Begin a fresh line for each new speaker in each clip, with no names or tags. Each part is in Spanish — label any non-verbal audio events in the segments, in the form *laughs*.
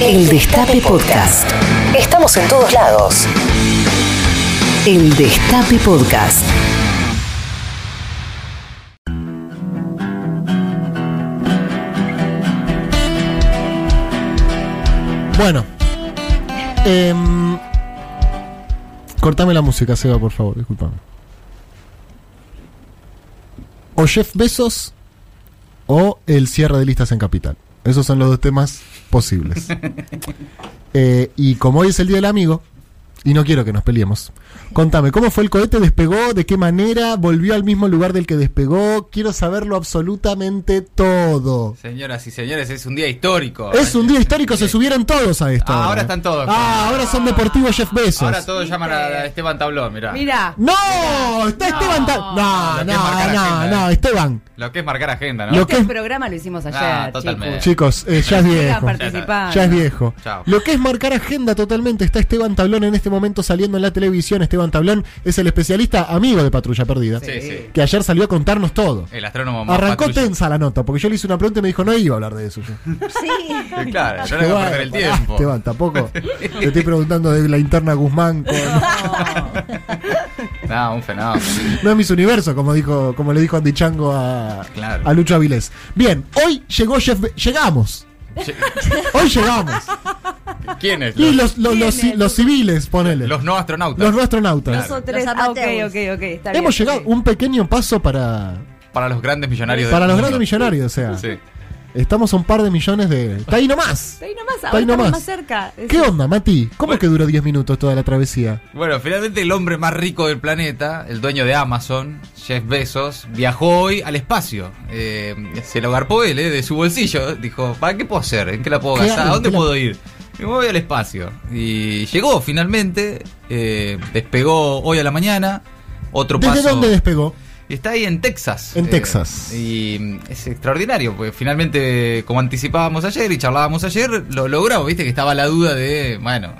El Destape Podcast. Estamos en todos lados. El Destape Podcast.
Bueno. Em, cortame la música, Seba, por favor, disculpame. O Jeff Bezos o el cierre de listas en Capital. Esos son los dos temas posibles. Eh, y como hoy es el Día del Amigo, y no quiero que nos peleemos, contame, ¿cómo fue el cohete? ¿Despegó? ¿De qué manera? ¿Volvió al mismo lugar del que despegó? Quiero saberlo absolutamente todo.
Señoras y señores, es un día histórico.
Es un día histórico, se subieron todos a esto.
Ah, ahora están todos.
Ah, ahora son deportivos Jeff Bezos.
Ahora todos llaman a, a Esteban Tabló, mirá.
Mira,
¡No! Está Esteban. Ta- No,
Lo que
no,
marca la
no,
agenda,
no,
eh.
Esteban.
Lo que es marcar agenda, ¿no?
Lo
este
que es-
programa lo hicimos ayer,
Ah,
chicos.
totalmente.
Chicos, eh, ya es
Sigan
viejo.
participando.
Ya es viejo.
Chao.
Lo que es marcar agenda totalmente. Está Esteban Tablón en este momento saliendo en la televisión. Esteban Tablón es el especialista amigo de Patrulla Perdida.
Sí, sí.
Que ayer salió a contarnos todo.
El astrónomo más
Arrancó
patrulla.
tensa la nota, porque yo le hice una pregunta y me dijo, no iba a hablar de
*laughs*
eso. yo.
Sí.
Eh, Claro, yo no le voy a
Esteban,
perder el
pará,
tiempo.
Esteban,
*laughs*
tampoco. Te estoy preguntando de la interna Guzmán con...
*laughs* No, un fenómeno.
No es mis universo, como dijo, como le dijo Andy Chango a,
Claro.
a Lucho Avilés. Bien, hoy llegó Jeff Be- llegamos. Hoy
*laughs*
llegamos.
¿Quién es?
Y
Los,
los, los, los, ci- los civiles, ponele.
los
Los,
no astronautas.
no astronautas.
Claro.
*laughs* Tres-
Los
ah, ok,
amateus.
ok, ok. Está bien,
Hemos llegado
sí.
un pequeño paso para,
Para los grandes millonarios.
para
del
los
mundo.
grandes millonarios, o sea.
Sí.
Estamos a un par de millones de. Está ahí nomás.
Está ahí nomás,
Está
ahora
ahí
estamos
nomás.
más cerca. Es-
¿Qué onda, Mati? ¿Cómo
Bueno.
que duró 10 minutos toda la travesía?
Bueno, finalmente el hombre más rico del planeta, el dueño de Amazon, Jeff Bezos, viajó hoy al espacio. Eh, se lo garpó él, eh, de su bolsillo. Dijo, ¿para qué puedo hacer? ¿En qué la puedo
Claro,
gastar? ¿A
¿en
dónde
qué la-
puedo ir? Me voy al espacio. Y llegó finalmente, eh, despegó hoy a la mañana. Otro
¿Desde
paso.
dónde despegó?
Y está ahí en Texas. Eh,
En Texas.
Y mm, es extraordinario, porque finalmente, como anticipábamos ayer y charlábamos ayer, lo logramos, viste que estaba la duda de, bueno...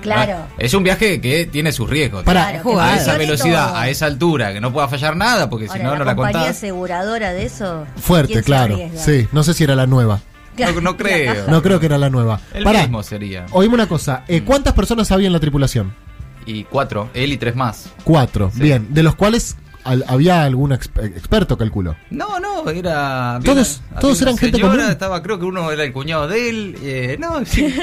Claro.
Es un viaje que tiene sus riesgos.
Pará,
Claro,
Jugar.
a
que
esa
funcione
velocidad,
todo.
a esa altura, que no pueda fallar nada, porque si
Ahora,
no, no
la
la
compañía
contás.
aseguradora de eso.
Fuerte,
¿quién se
claro.
arriesga?
Sí, no sé si era la nueva.
No,
*laughs*
no creo.
No creo que era la nueva.
El
Pará,
mismo sería.
oíme una cosa.
Mm.
eh, ¿Cuántas personas había en la tripulación?
Y cuatro, él y tres más.
Cuatro,
Sí.
bien, de los cuales al- había algún ex- eh, experto, calculo.
No, no, era... había
Todos-
una-
todos
había
eran
una
gente
señora,
común.
Estaba, creo que uno era el cuñado de él. eh, no,
*laughs*
sí.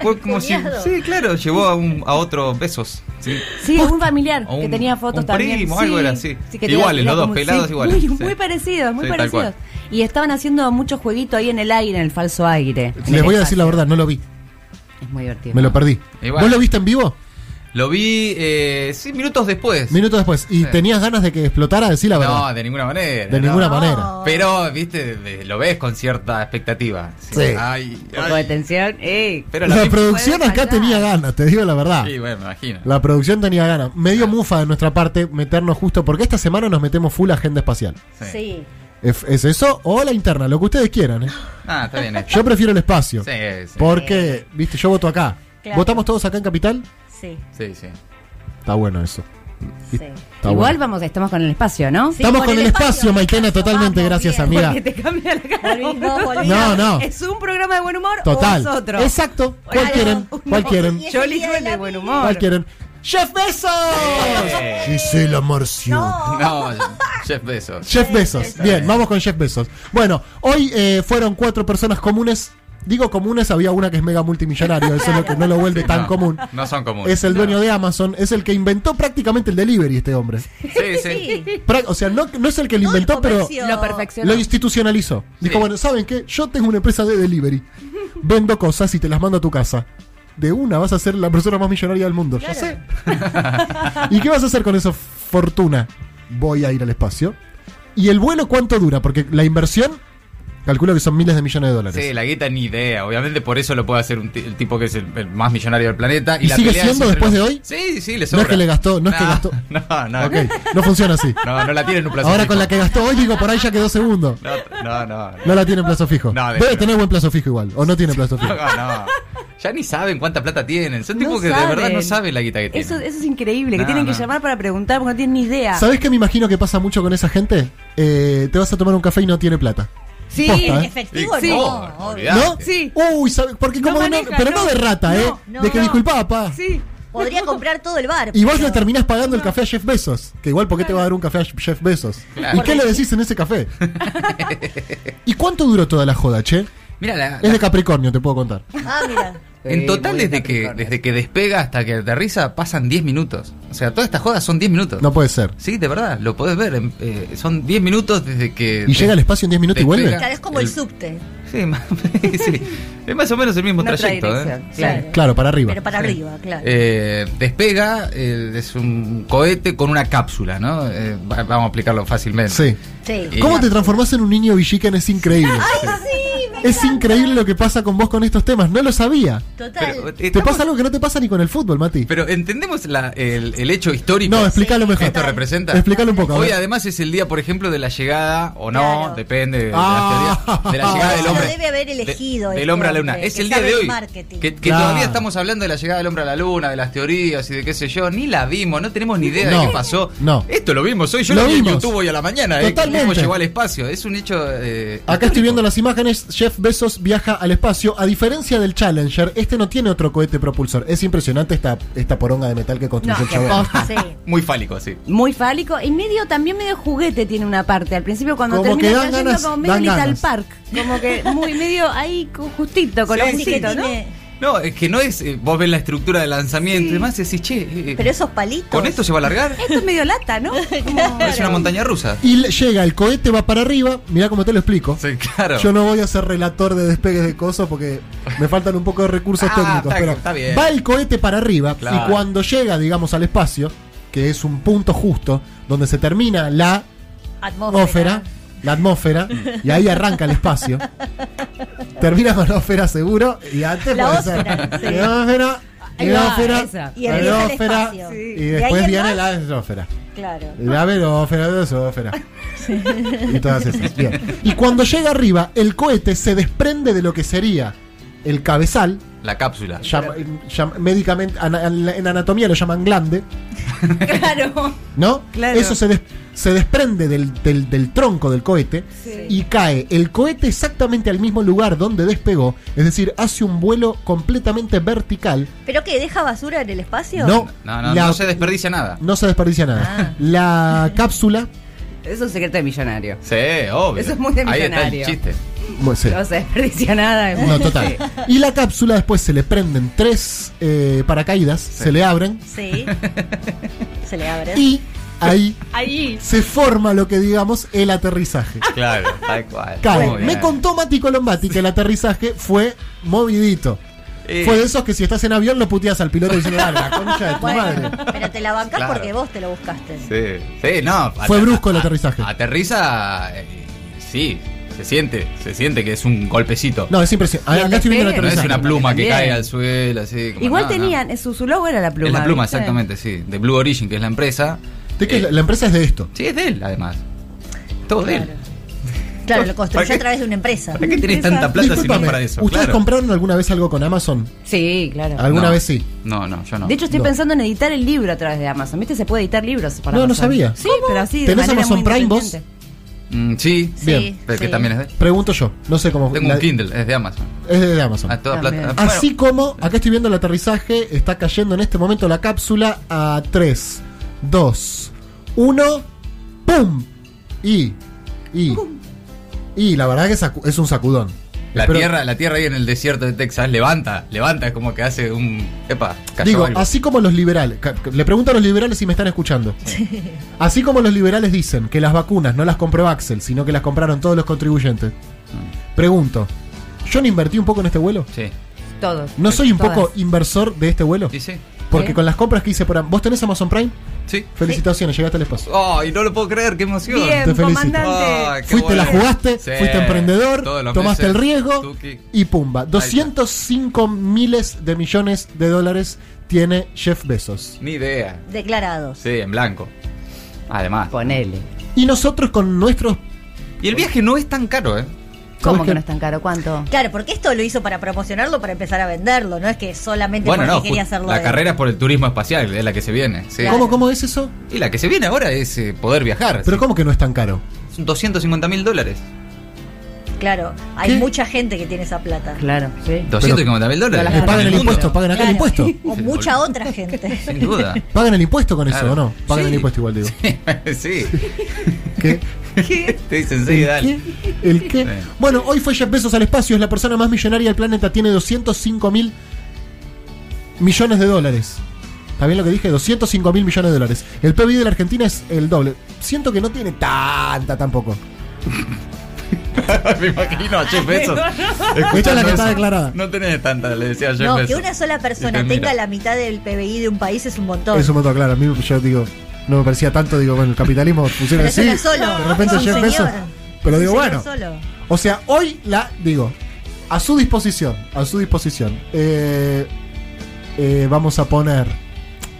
Fue como si-
Cuñado.
sí, claro, llevó a, un, a otro besos. Sí.
Sí, un familiar
O un-
que tenía fotos
un
también.
primo, algo era, sí. Iguales, los dos, pelados iguales,
Muy,
sí.
muy parecidos, muy
Sí, tal
parecidos.
cual.
Y estaban haciendo mucho jueguito ahí en el aire, en el falso aire. En
Les
el
voy a decir la verdad, no lo vi,
espacio. Es muy divertido.
me lo perdí.
Y bueno.
¿Vos lo viste en vivo?
Lo vi, eh, sí, minutos después.
Minutos después. ¿Y
Sí.
tenías ganas de que explotara? Decí la verdad.
no, de ninguna manera.
de
no.
ninguna
no.
manera.
Pero, viste, de- lo ves con cierta expectativa.
Sí.
Ay,
Un poco de
ay.
tensión. ¡Ey!
Pero la,
la
vi-
producción
puede
acá
fallar.
tenía ganas, te digo la verdad.
Sí, bueno, me imagino.
La producción tenía ganas. Medio mufa de nuestra parte meternos justo, porque esta semana nos metemos full agenda espacial.
Sí.
Sí.
¿Es, es eso o la interna? Lo que ustedes quieran. ¿eh?
Ah, está bien. hecho.
Yo prefiero el espacio.
Sí, sí.
Porque, viste, yo voto acá.
Claro.
¿Votamos todos acá en Capital?
Sí.
Sí, sí.
Está bueno eso.
Sí.
Está
Igual
bueno.
vamos, estamos con el espacio, ¿no?
Sí,
Estamos con el espacio, Maitena,
Vamos,
totalmente,
bien.
gracias a mí. mira.
Porque te cambia la cara.
Volví, vos volví.
No, no.
¿Es un programa de buen humor
Total.
o es otro?
Exacto. ¿Cuál
Claro.
quieren?
No.
¿Cuál quieren?
Y es
Yo
el
elijo
día
el
de
de
la
buen
vida.
humor.
¿Cuál quieren? ¡Jeff Bezos! Gisela Marcio.
No, Jeff Bezos.
Jeff Bezos. Bien, vamos con Jeff Bezos. Bueno, hoy eh, fueron cuatro personas comunes. Digo comunes, había una que es mega multimillonario, eso es lo que no lo vuelve tan
No,
común.
No son comunes.
Es el dueño de Amazon, es el que inventó prácticamente el delivery este hombre.
Sí, sí.
Pra- O sea, no, no es el que lo
Todo el
inventó, pero
comercio.
Lo perfeccionó.
lo institucionalizó. Dijo,
Sí.
bueno, ¿saben qué? Yo tengo una empresa de delivery. Vendo cosas y te las mando a tu casa. De una vas a ser la persona más millonaria del mundo. Ya
Claro.
sé. *laughs* ¿Y qué vas a hacer con esa fortuna? Voy a ir al espacio. ¿Y el vuelo cuánto dura? Porque la inversión, calculo que son miles de millones de dólares.
Sí, la guita ni idea. Obviamente por eso lo puede hacer un ti- el tipo que es el, el más millonario del planeta. ¿Y,
¿Y
la
sigue
pelea es
siendo
entre
después
los-
de hoy?
Sí, sí, le
No
sobra.
es que le gastó, no es que
No,
gastó.
*laughs* No, no.
Ok, no funciona así.
*laughs* No, no la tiene en un plazo.
Ahora
fijo.
con la que gastó hoy, digo, por ahí ya quedó segundo.
No, no, no.
No la tiene en plazo fijo.
No, de-
Debe tener buen plazo fijo igual, o no tiene plazo
*laughs*
fijo.
No, no. Ya ni saben cuánta plata tienen. Son
No
tipos que de verdad no
saben.
saben la guita que tienen.
Eso, eso es increíble, que
No,
tienen
no.
que llamar para preguntar porque no tienen ni idea.
¿Sabes qué me imagino que pasa mucho con esa gente? Eh, te vas a tomar un café y no tiene plata.
Sí,
Posta, ¿eh?
efectivo
Sí.
no.
Oh,
obvio.
olvidá.
¿no?
Sí.
Uy, ¿sabe? porque
No
como de no-
maneja,
pero
no.
no de rata, ¿eh?
No,
de que
no.
disculpá, papá.
Sí.
Podría comprar todo el bar.
Y vos
pero-
le terminás pagando el café a Jeff Bezos. Que igual, ¿por qué te va a dar un café a Jeff Bezos?
Claro.
¿Y qué le decís en ese café? ¿Y cuánto duró toda la joda, che?
Mira, la-
Es
la-
de Capricornio, te puedo contar.
Ah, mira.
en
Sí,
total,
muy
desde que,
Capricornio.
desde que despega hasta que aterriza, pasan 10 minutos. O sea, todas estas jodas son 10 minutos.
No puede ser.
Sí, de verdad, lo podés ver. em- eh, son 10 minutos desde que.
¿Y llega al espacio en 10 minutos y
Despega.
vuelve?
Claro, es como el
El-
subte.
Sí, *laughs* más- sí. es más o menos el mismo
En otra
trayecto. ¿eh?
dirección,
Sí.
claro.
Claro, para arriba.
Pero para arriba, claro.
Eh, despega, eh, es un cohete con una cápsula, ¿no? Eh, va- vamos a aplicarlo fácilmente.
Sí.
sí.
y-
¿Cómo te transformás en un niño villican? Es increíble.
Sí, me
Es increíble lo que pasa con vos con estos temas. No lo sabía.
Total.
Pero, eh,
Te
estamos-
pasa algo que no te pasa ni con el fútbol, Mati.
pero entendemos la- el, el hecho histórico.
No, explícalo
que
mejor.
esto representa.
Explícalo un poco. a
Hoy
ver.
además es el día, por ejemplo, de la llegada o no,
Claro.
depende de,
Ah.
la teoría, de la llegada del
Eso
hombre.
lo debe haber elegido
de- del
este
hombre a la
hombre,
luna. Es
que
el día
sabe
de
de
hoy.
marketing.
Que, que
Claro.
todavía estamos hablando de la llegada del hombre a la luna, de las teorías y de qué sé yo. Ni la vimos, no tenemos ni idea
No,
de qué pasó.
no.
Esto lo vimos hoy. Yo
Lo
lo, vi en
vimos.
YouTube hoy a la mañana. eh, que el tipo
Totalmente.
llegó al espacio. Es un hecho. eh,
Acá estoy
histórico.
viendo las imágenes. Jeff Bezos viaja al espacio. A diferencia del Challenger, este no tiene otro cohete propulsor. Es impresionante esta, esta poronga de metal que construyó
No,
el
qué
chabón.
*laughs*
Sí.
Muy fálico, sí.
Muy fálico y medio también medio juguete tiene una parte. Al principio cuando
Como que
termina
dan
cayendo
ganas,
como medio
dan
Little
ganas.
Park, como que muy medio ahí con- justito con
Sí,
los
sí,
puntitos, ¿no?
tiene-
No, es que no es. eh, vos ves la estructura de lanzamiento y demás y decís, che. eh,
Pero esos palitos.
¿Con esto se va a alargar?
Esto es medio
*laughs*
lata, ¿no? Como-
Es una montaña rusa.
Y le- llega, el cohete va para arriba. Mirá cómo te lo explico.
Sí, *laughs* claro.
Yo no voy a ser relator de despegues de cosas porque me faltan un poco de recursos
Ah,
técnicos.
está-
pero
está bien.
va el cohete para arriba
Claro.
y cuando llega, digamos, al espacio, que es un punto justo donde se termina la atmósfera,
Atmósfera.
la atmósfera, y ahí arranca el espacio. Termina con la ósfera seguro y antes
La
puede ser
ósfera, sí.
la ósfera, y
Ahí
la
va,
ósfera,
esa.
Y empieza
la
el
ósfera,
espacio. Sí.
y
Y ahí
después
el
viene
más.
la esófera.
Claro.
La verófera, la esófera. Y todas esas. Bien. Y cuando llega arriba, el cohete se desprende de lo que sería el cabezal.
La cápsula.
llama- llama- médicamente, ana- ana- en anatomía lo llaman glande.
Claro.
¿No?
Claro.
Eso se, des- se desprende del, del- del tronco del cohete
Sí.
y cae el cohete exactamente al mismo lugar donde despegó. Es decir, hace un vuelo completamente vertical.
¿Pero qué? ¿Deja basura en el espacio?
No,
No, no,
la-
no se desperdicia nada.
no se desperdicia
Ah.
nada. La cápsula.
Es un secreto de millonario.
Sí, obvio.
Eso es muy de
Ahí está el
millonario.
chiste.
bueno,
*laughs*
sí.
No se desperdicia nada.
No, total. Y la cápsula después se le prenden tres eh, paracaídas, se le abren
*laughs*
Sí. Se le abre.
y ahí
Ahí.
se forma lo que digamos el aterrizaje.
Claro, *laughs* tal cual.
Cae.
Muy
Me
bien.
contó Mati Colombati que el aterrizaje fue movidito.
Eh,
Fue de esos que si estás en avión lo puteas al piloto diciendo, "Ah, la concha de tu
Bueno,
madre.
pero te la bancás
Claro.
porque vos te lo buscaste.
Sí, sí, no.
Fue brusco el aterrizaje.
Ah, Aterriza, eh, sí, se siente, se siente que es un golpecito. No,
No, es impresionante. Ah,
Y el
Acá estoy viendo el
despegue,
es
aterrizaje.
una pluma que
También.
cae al suelo, así. como
Igual
no, no.
tenían, eh, Su, su logo era la pluma.
Es la pluma,
¿viste?
exactamente, sí. De Blue Origin, que es la empresa.
¿De qué?
Eh,
La- la empresa es de esto.
Sí, es de él, además. Todo de él.
Claro,
¿Para
lo
qué?
construyó a través de una empresa.
¿Para qué tenés tanta plata si no
Discúlpame,
para eso?
¿Ustedes
Claro.
compraron alguna vez algo con Amazon?
Sí, claro.
¿Alguna
No.
vez sí?
No, no, yo no.
De hecho, estoy
No.
pensando en editar el libro a través de Amazon. ¿Viste? Se puede editar libros para
No, no
Amazon.
sabía.
Sí, pero así. de
¿Tenés
manera
Amazon
muy
Prime vos?
independiente.
Mm, sí,
Sí,
Bien.
pero que
sí.
también es de él.
Pregunto yo. No sé cómo.
Tengo
la- Ah,
un Kindle, es de Amazon.
Es de Amazon.
A toda
También.
plata. Bueno,
Así como, acá estoy viendo el aterrizaje, está cayendo en este momento la cápsula a 3, 2, 1, ¡pum! Y, y, y la verdad que sacu- es un sacudón.
La
Espero-
tierra, la tierra ahí en el desierto de Texas levanta, levanta, es como que hace un. Epa, cayó
Digo,
algo.
así como los liberales, ca- le pregunto a los liberales si me están escuchando. Así como los liberales dicen que las vacunas no las compró Axel, sino que las compraron todos los contribuyentes.
Mm.
Pregunto, ¿yo no invertí un poco en este vuelo?
Sí.
Todos.
¿No soy un
Todas.
poco inversor de este vuelo?
Sí, sí.
Porque
Sí.
con las compras que hice por... Am- ¿Vos tenés Amazon Prime?
Sí.
Felicitaciones, llegaste al espacio.
Ay, no lo puedo creer, qué emoción.
Bien,
Te felicito.
comandante.
Ay, qué
Fuiste,
bueno.
la jugaste,
Sí.
fuiste emprendedor,
Todos los
tomaste
meses,
el riesgo
tuki.
y pumba. 205 miles de millones de dólares tiene Jeff Bezos.
Ni idea.
Declarados.
Sí, en blanco. Además.
Ponele.
Y nosotros con nuestros...
Y el viaje no es tan caro, ¿eh?
¿Cómo es
¿Cómo
que-
que no es tan caro? ¿Cuánto?
Claro, porque esto lo hizo para promocionarlo, para empezar a venderlo. No es que solamente
Bueno,
porque
no,
quería
ju-
hacerlo.
la
de-
carrera es por el turismo espacial, es la que se viene. sí.
Claro.
¿Cómo, cómo es eso?
Y la que se viene ahora es eh, poder viajar.
Pero
sí.
¿cómo que no es tan caro?
Son 250 mil dólares.
claro. Hay
¿Qué?
mucha gente que tiene esa plata.
Claro, sí.
250 mil dólares.
Eh,
Pero
pagan
En
el
mundo,
impuesto, pagan acá el
Claro.
impuesto.
*laughs*
*laughs* O mucha otra gente.
*laughs*
Sin duda.
Pagan el impuesto con eso,
Claro.
¿o no? Pagan
Sí.
el impuesto igual, digo.
sí. *laughs*
¿Qué?
Te dicen, sí, dale.
¿Qué? ¿El qué?
Sí.
Bueno, hoy fue Jeff Bezos al espacio, es la persona más millonaria del planeta, tiene 205 mil millones de dólares. ¿Está bien lo que dije? 205 mil millones de dólares. El PBI de la Argentina es el doble. Siento que no tiene tanta tampoco.
*laughs* Me imagino a Jeff Bezos.
Esta es la que está
eso.
declarada.
No tenés tanta, le decía a Jeff
No,
Bezos.
que una sola persona
Dije, mira.
tenga la mitad del PBI de un país es un montón.
Es un montón, claro. A mí yo digo, no me parecía tanto, digo, bueno, el capitalismo funciona
Pero
así.
es una solo.
De repente
Es un
Jeff
señor.
Bezos. Pero
Es
digo,
un
bueno.
señor solo.
O sea, hoy la, digo, a su disposición, a su disposición. Eh, eh, vamos a poner,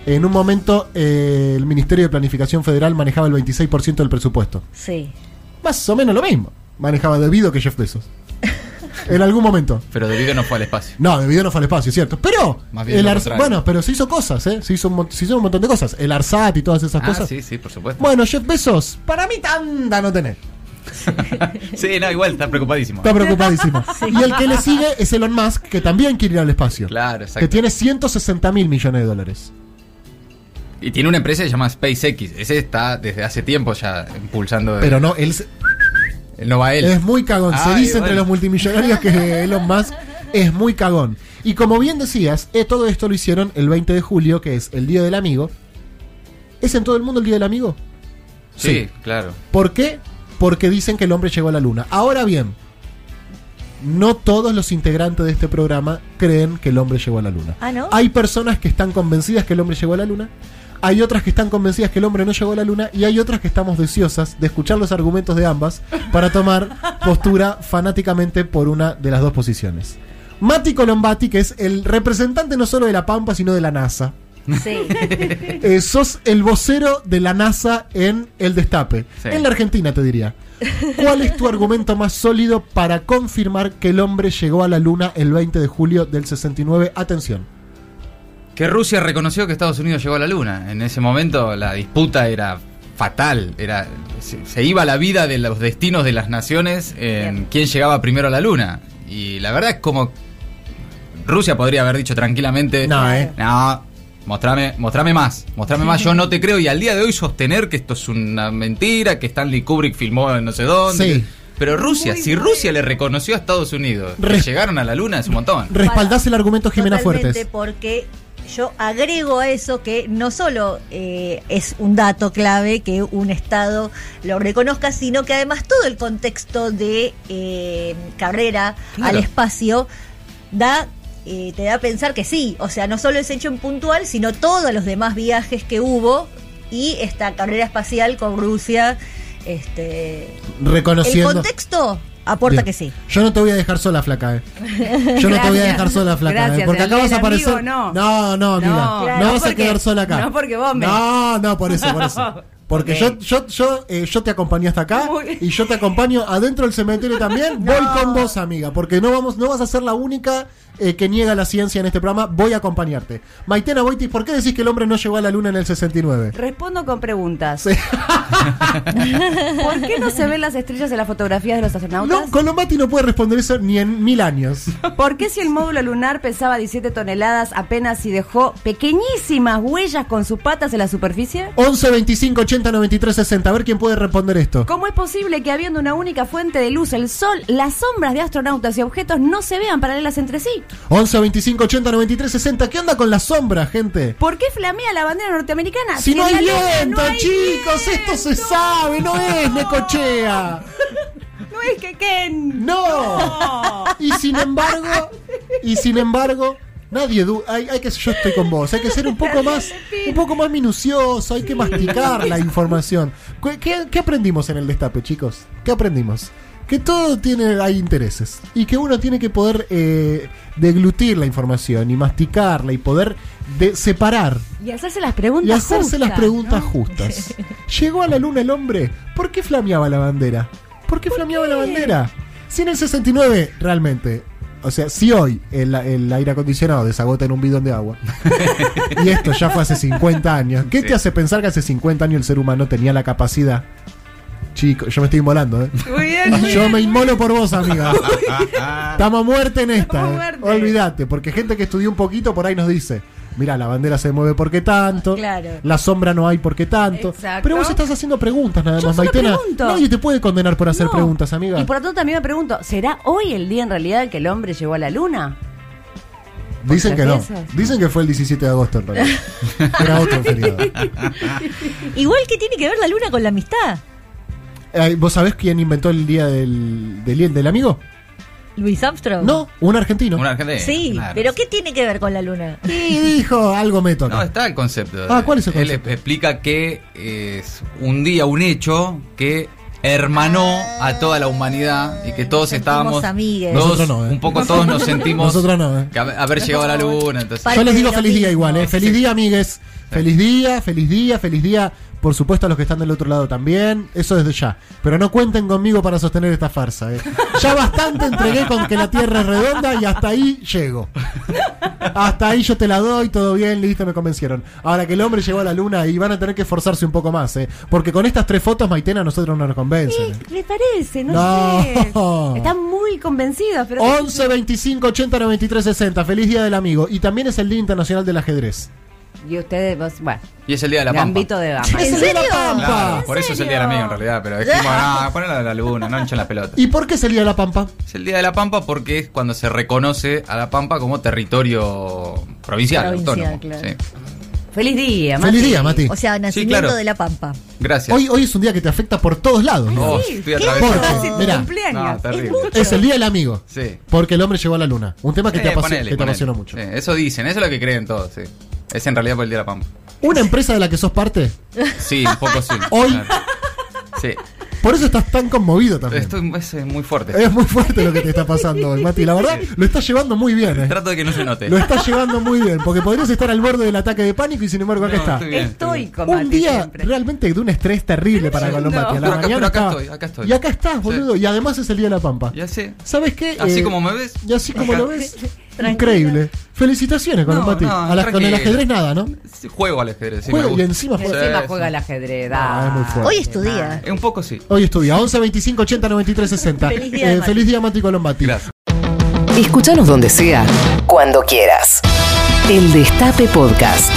en un momento eh, el Ministerio de Planificación Federal manejaba el 26% del presupuesto. *laughs*
Sí.
Más o menos lo mismo. Manejaba debido que Jeff
*laughs*
Bezos. en algún momento.
Pero Delirio no fue al
*laughs*
espacio.
No, debido no fue al espacio, es cierto. Pero,
Más bien
el
lo
Ars-
contrario.
bueno, pero se hizo cosas, ¿eh? Se hizo un, mon- se hizo un montón de cosas. El ARSAT y todas esas
Ah,
cosas.
sí, sí, por supuesto.
Bueno, Jeff Bezos, para mí tanda no tenés.
*laughs* Sí, no, igual está preocupadísimo.
Está
*laughs*
preocupadísimo. Y el que le sigue es Elon Musk, que también quiere ir al espacio.
Claro, exacto.
Que tiene 160 mil millones de dólares.
Y tiene una empresa que se llama SpaceX. Ese está desde hace tiempo ya impulsando.
Pero no, él se-
Él no va él.
es muy cagón. Se
Ay,
dice entre
bueno.
los multimillonarios que *laughs* Elon Musk es muy cagón. Y como bien decías, eh, todo esto lo hicieron el 20 de julio, que es el Día del Amigo. ¿Es en todo el mundo el Día del Amigo?
Sí, claro.
¿Por qué? Porque dicen que el hombre llegó a la luna. Ahora bien, no todos los integrantes de este programa creen que el hombre llegó a la luna.
Ah, ¿no?
Hay personas que están convencidas que el hombre llegó a la luna. Hay otras que están convencidas que el hombre no llegó a la luna y hay otras que estamos deseosas de escuchar los argumentos de ambas para tomar postura fanáticamente por una de las dos posiciones. Mati Colombati, que es el representante no solo de la Pampa, sino de la NASA,
Sí.
eh, sos el vocero de la NASA en el destape.
Sí.
En la Argentina, te diría. ¿Cuál es tu argumento más sólido para confirmar que el hombre llegó a la Luna el 20 de julio del 69? Atención.
Que Rusia reconoció que Estados Unidos llegó a la luna. En ese momento la disputa era fatal. Era, se, se iba la vida de los destinos de las naciones en
Bien.
quién llegaba primero a la luna. Y la verdad es como Rusia podría haber dicho tranquilamente...
No, ¿eh?
No, mostrame, mostrame más, mostrame más, yo no te creo. Y al día de hoy sostener que esto es una mentira, que Stanley Kubrick filmó en no sé dónde.
Sí.
Pero Rusia, si Rusia le reconoció a Estados Unidos que
Re-
llegaron a la luna, es un montón.
Respaldás el argumento Jimena
Totalmente,
Fuertes.
Porque yo agrego a eso que no solo eh, es un dato clave que un Estado lo reconozca, sino que además todo el contexto de eh, carrera
Claro.
al espacio da. eh, te da a pensar que sí, o sea, no solo es hecho en puntual, sino todos los demás viajes que hubo y esta carrera espacial con Rusia, este, el
Reconociendo.
contexto aporta
Bien.
que sí.
Yo no te voy a dejar sola, flaca. eh. Yo no te voy a dejar sola, flaca. eh,
Gracias,
porque
el
acá vas a
del
aparecer.
amigo, no.
no, no, Mila,
No,
claro,
no vas a
porque-
quedar sola acá.
no, porque vos me-
No, no, por eso, por eso. Porque
*laughs*
yo,
Ok.
yo, yo, eh, yo te acompañé hasta acá
Muy-
y yo te acompaño adentro del cementerio
*laughs*
también. Voy con vos, amiga, porque no vamos, no vas a ser la única eh, que niega la ciencia en este programa. Voy a acompañarte. Maitena Boitis, ¿por qué decís que el hombre no llegó a la luna en el 69?
Respondo con preguntas.
Sí.
*laughs*
*laughs*
¿Por qué no se ven las estrellas en las fotografías de los astronautas?
No, Colombati no puede responder eso ni en mil años.
¿Por qué si el módulo lunar pesaba 17 toneladas apenas si dejó pequeñísimas huellas con sus patas en la superficie?
11 25 80 93 60. A ver quién puede responder esto.
¿Cómo es posible que habiendo una única fuente de luz, el sol, las sombras de astronautas y objetos no se vean paralelas entre sí?
11 25 80 93 60. ¿Qué onda con la sombra, gente?
¿Por qué flamea la bandera norteamericana?
Si no
en
hay
la luna
viento,
no hay
chicos, esto se
viento?
sabe, no es necochea.
No es que Ken.
No. Y sin embargo, y sin embargo, nadie du- hay, hay que yo estoy con vos, hay que ser un poco más un poco más minucioso, hay que masticar la información. ¿Qué, qué- qué aprendimos en el destape, chicos? ¿Qué aprendimos? Que todo tiene hay intereses y que uno tiene que poder eh, deglutir la información y masticarla y poder de- separar
Y hacerse las preguntas.
y hacerse las
justas,
preguntas
¿no? *laughs*
justas. ¿Llegó a la luna el hombre? ¿Por qué flameaba la bandera? ¿Por qué flameaba la bandera? Si en el 69, realmente. O sea, si hoy el, el aire acondicionado desagota en un bidón de agua, *laughs* y esto ya fue hace 50 años, ¿qué te
Sí.
hace pensar que hace 50 años el ser humano tenía la capacidad Chico, yo me estoy inmolando, ¿eh?
Muy bien, muy
Yo
bien,
me
muy
inmolo por vos,
*laughs*
amiga. Estamos a muerte en esta.
Estamos
¿eh?
a muerte.
Olvídate, porque gente que estudió un poquito por ahí nos dice, mira, la bandera se mueve porque tanto,
Claro.
la sombra no hay porque tanto.
Exacto.
Pero vos estás haciendo preguntas nada
Yo
más,
solo
Maitena.
pregunto.
Nadie te puede condenar por hacer
No.
preguntas, amiga.
Y por lo tanto también me pregunto, ¿será hoy el día en realidad que el hombre llegó a la luna?
Dicen que no.
¿Piensas?
Dicen que fue el 17 de agosto en
*laughs*
realidad. Era otro feriado.
Igual que tiene que ver la luna con la amistad,
Eh, ¿Vos sabés quién inventó el día del, del, del amigo?
Luis Armstrong.
No, un argentino.
Un argentino,
Sí,
claro.
pero ¿qué tiene que ver con la luna?
Y dijo, algo me toca.
No, está el concepto.
Ah, ¿cuál es el
Él
concepto?
e- explica que es un día, un hecho que hermanó a toda la humanidad y que todos
Nos sentimos
estábamos
amigues.
todos,
Nosotros no, ¿eh?
un poco todos nos sentimos
Nosotros no, ¿eh?
que hab- haber llegado a la luna entonces
Pa-
Yo les
de
digo
lo
feliz día
mismo.
igual, ¿eh? Feliz día, amigues. Feliz día, feliz día, feliz día. Por supuesto a los que están del otro lado también. Eso desde ya. Pero no cuenten conmigo para sostener esta farsa, ¿eh? Ya bastante entregué con que la Tierra es redonda y hasta ahí llego. Hasta ahí yo te la doy, todo bien, listo, me convencieron. Ahora que el hombre llegó a la luna y van a tener que esforzarse un poco más, ¿eh? Porque con estas tres fotos, Maitena, a nosotros no nos convencen. ¿eh?
Me parece, no,
No.
sé. Están muy convencidas, pero...
11 25 80 93 60. Feliz día del amigo. Y también es el Día Internacional del Ajedrez.
Y ustedes, vos- bueno,
y es el día de la pampa
gambito de dama.
*laughs*
¿En
Es el Día de la
serio?
Pampa.
Claro,
¿En
por eso es el día de la
serio?
amiga en realidad pero dijimos no ponela de la luna no hinchen la pelota
¿Y por qué es el Día de la Pampa?
es el día de la pampa porque es cuando se reconoce a la pampa como territorio provincial,
Provincial,
autónomo
claro.
Sí.
Feliz día, Mati.
Feliz día, Mati.
O sea, nacimiento
claro.
de la pampa.
gracias
Hoy, hoy es un día que te afecta por todos lados. ¿no?
Oh,
sí,
estoy
¿qué?
atravesado.
Porque,
Casi tu
mirá.
No,
cumpleaños.
terrible.
mucho.
Es el Día del Amigo.
Sí.
Porque el hombre llegó a la luna. Un tema que te,
Eh,
apasio-
ponele,
que te
ponele.
apasiona mucho.
Sí, eso dicen, eso es lo que creen todos, sí. Es en realidad por el Día de la Pampa.
Una empresa de la que sos parte,
Sí, un poco sí.
*laughs* Hoy-
claro. Sí.
por eso estás tan conmovido también.
Esto es eh, muy fuerte.
Es muy fuerte lo que te está pasando hoy, Mati. La verdad, lo estás llevando muy bien. eh.
Trato de que no se note.
Lo estás llevando muy bien. Porque podrías estar al borde del ataque de pánico y sin embargo acá
No,
está.
estoy bien, estoy bien.
Estoico, Mati,
Un día
siempre.
realmente de un estrés terrible para
Sí,
Colón
no.
Mati. A la
Pero acá-
mañana
pero acá
estaba-
estoy, acá estoy.
Y acá estás, boludo. Y además es el Día de la Pampa.
Ya sé.
¿Sabes qué? Eh,
Así como me ves,
Y así como
acá.
lo
*laughs*
ves. Increíble. Felicitaciones con
No,
Mati.
no,
A las- con el
tranquila.
ajedrez nada, ¿no?
Sí, Juego al ajedrez. sí,
Juego,
me gusta.
y encima
Sí,
juega-
Encima
sí.
juega al ajedrez.
Ah, es muy fuerte.
Hoy es tu día.
Eh, Un poco sí.
Hoy estudia 11 25 80 93 60.
Feliz día, Mati.
Eh, feliz día Mati Colombati.
Gracias.
Escúchanos donde sea, cuando quieras. El Destape Podcast.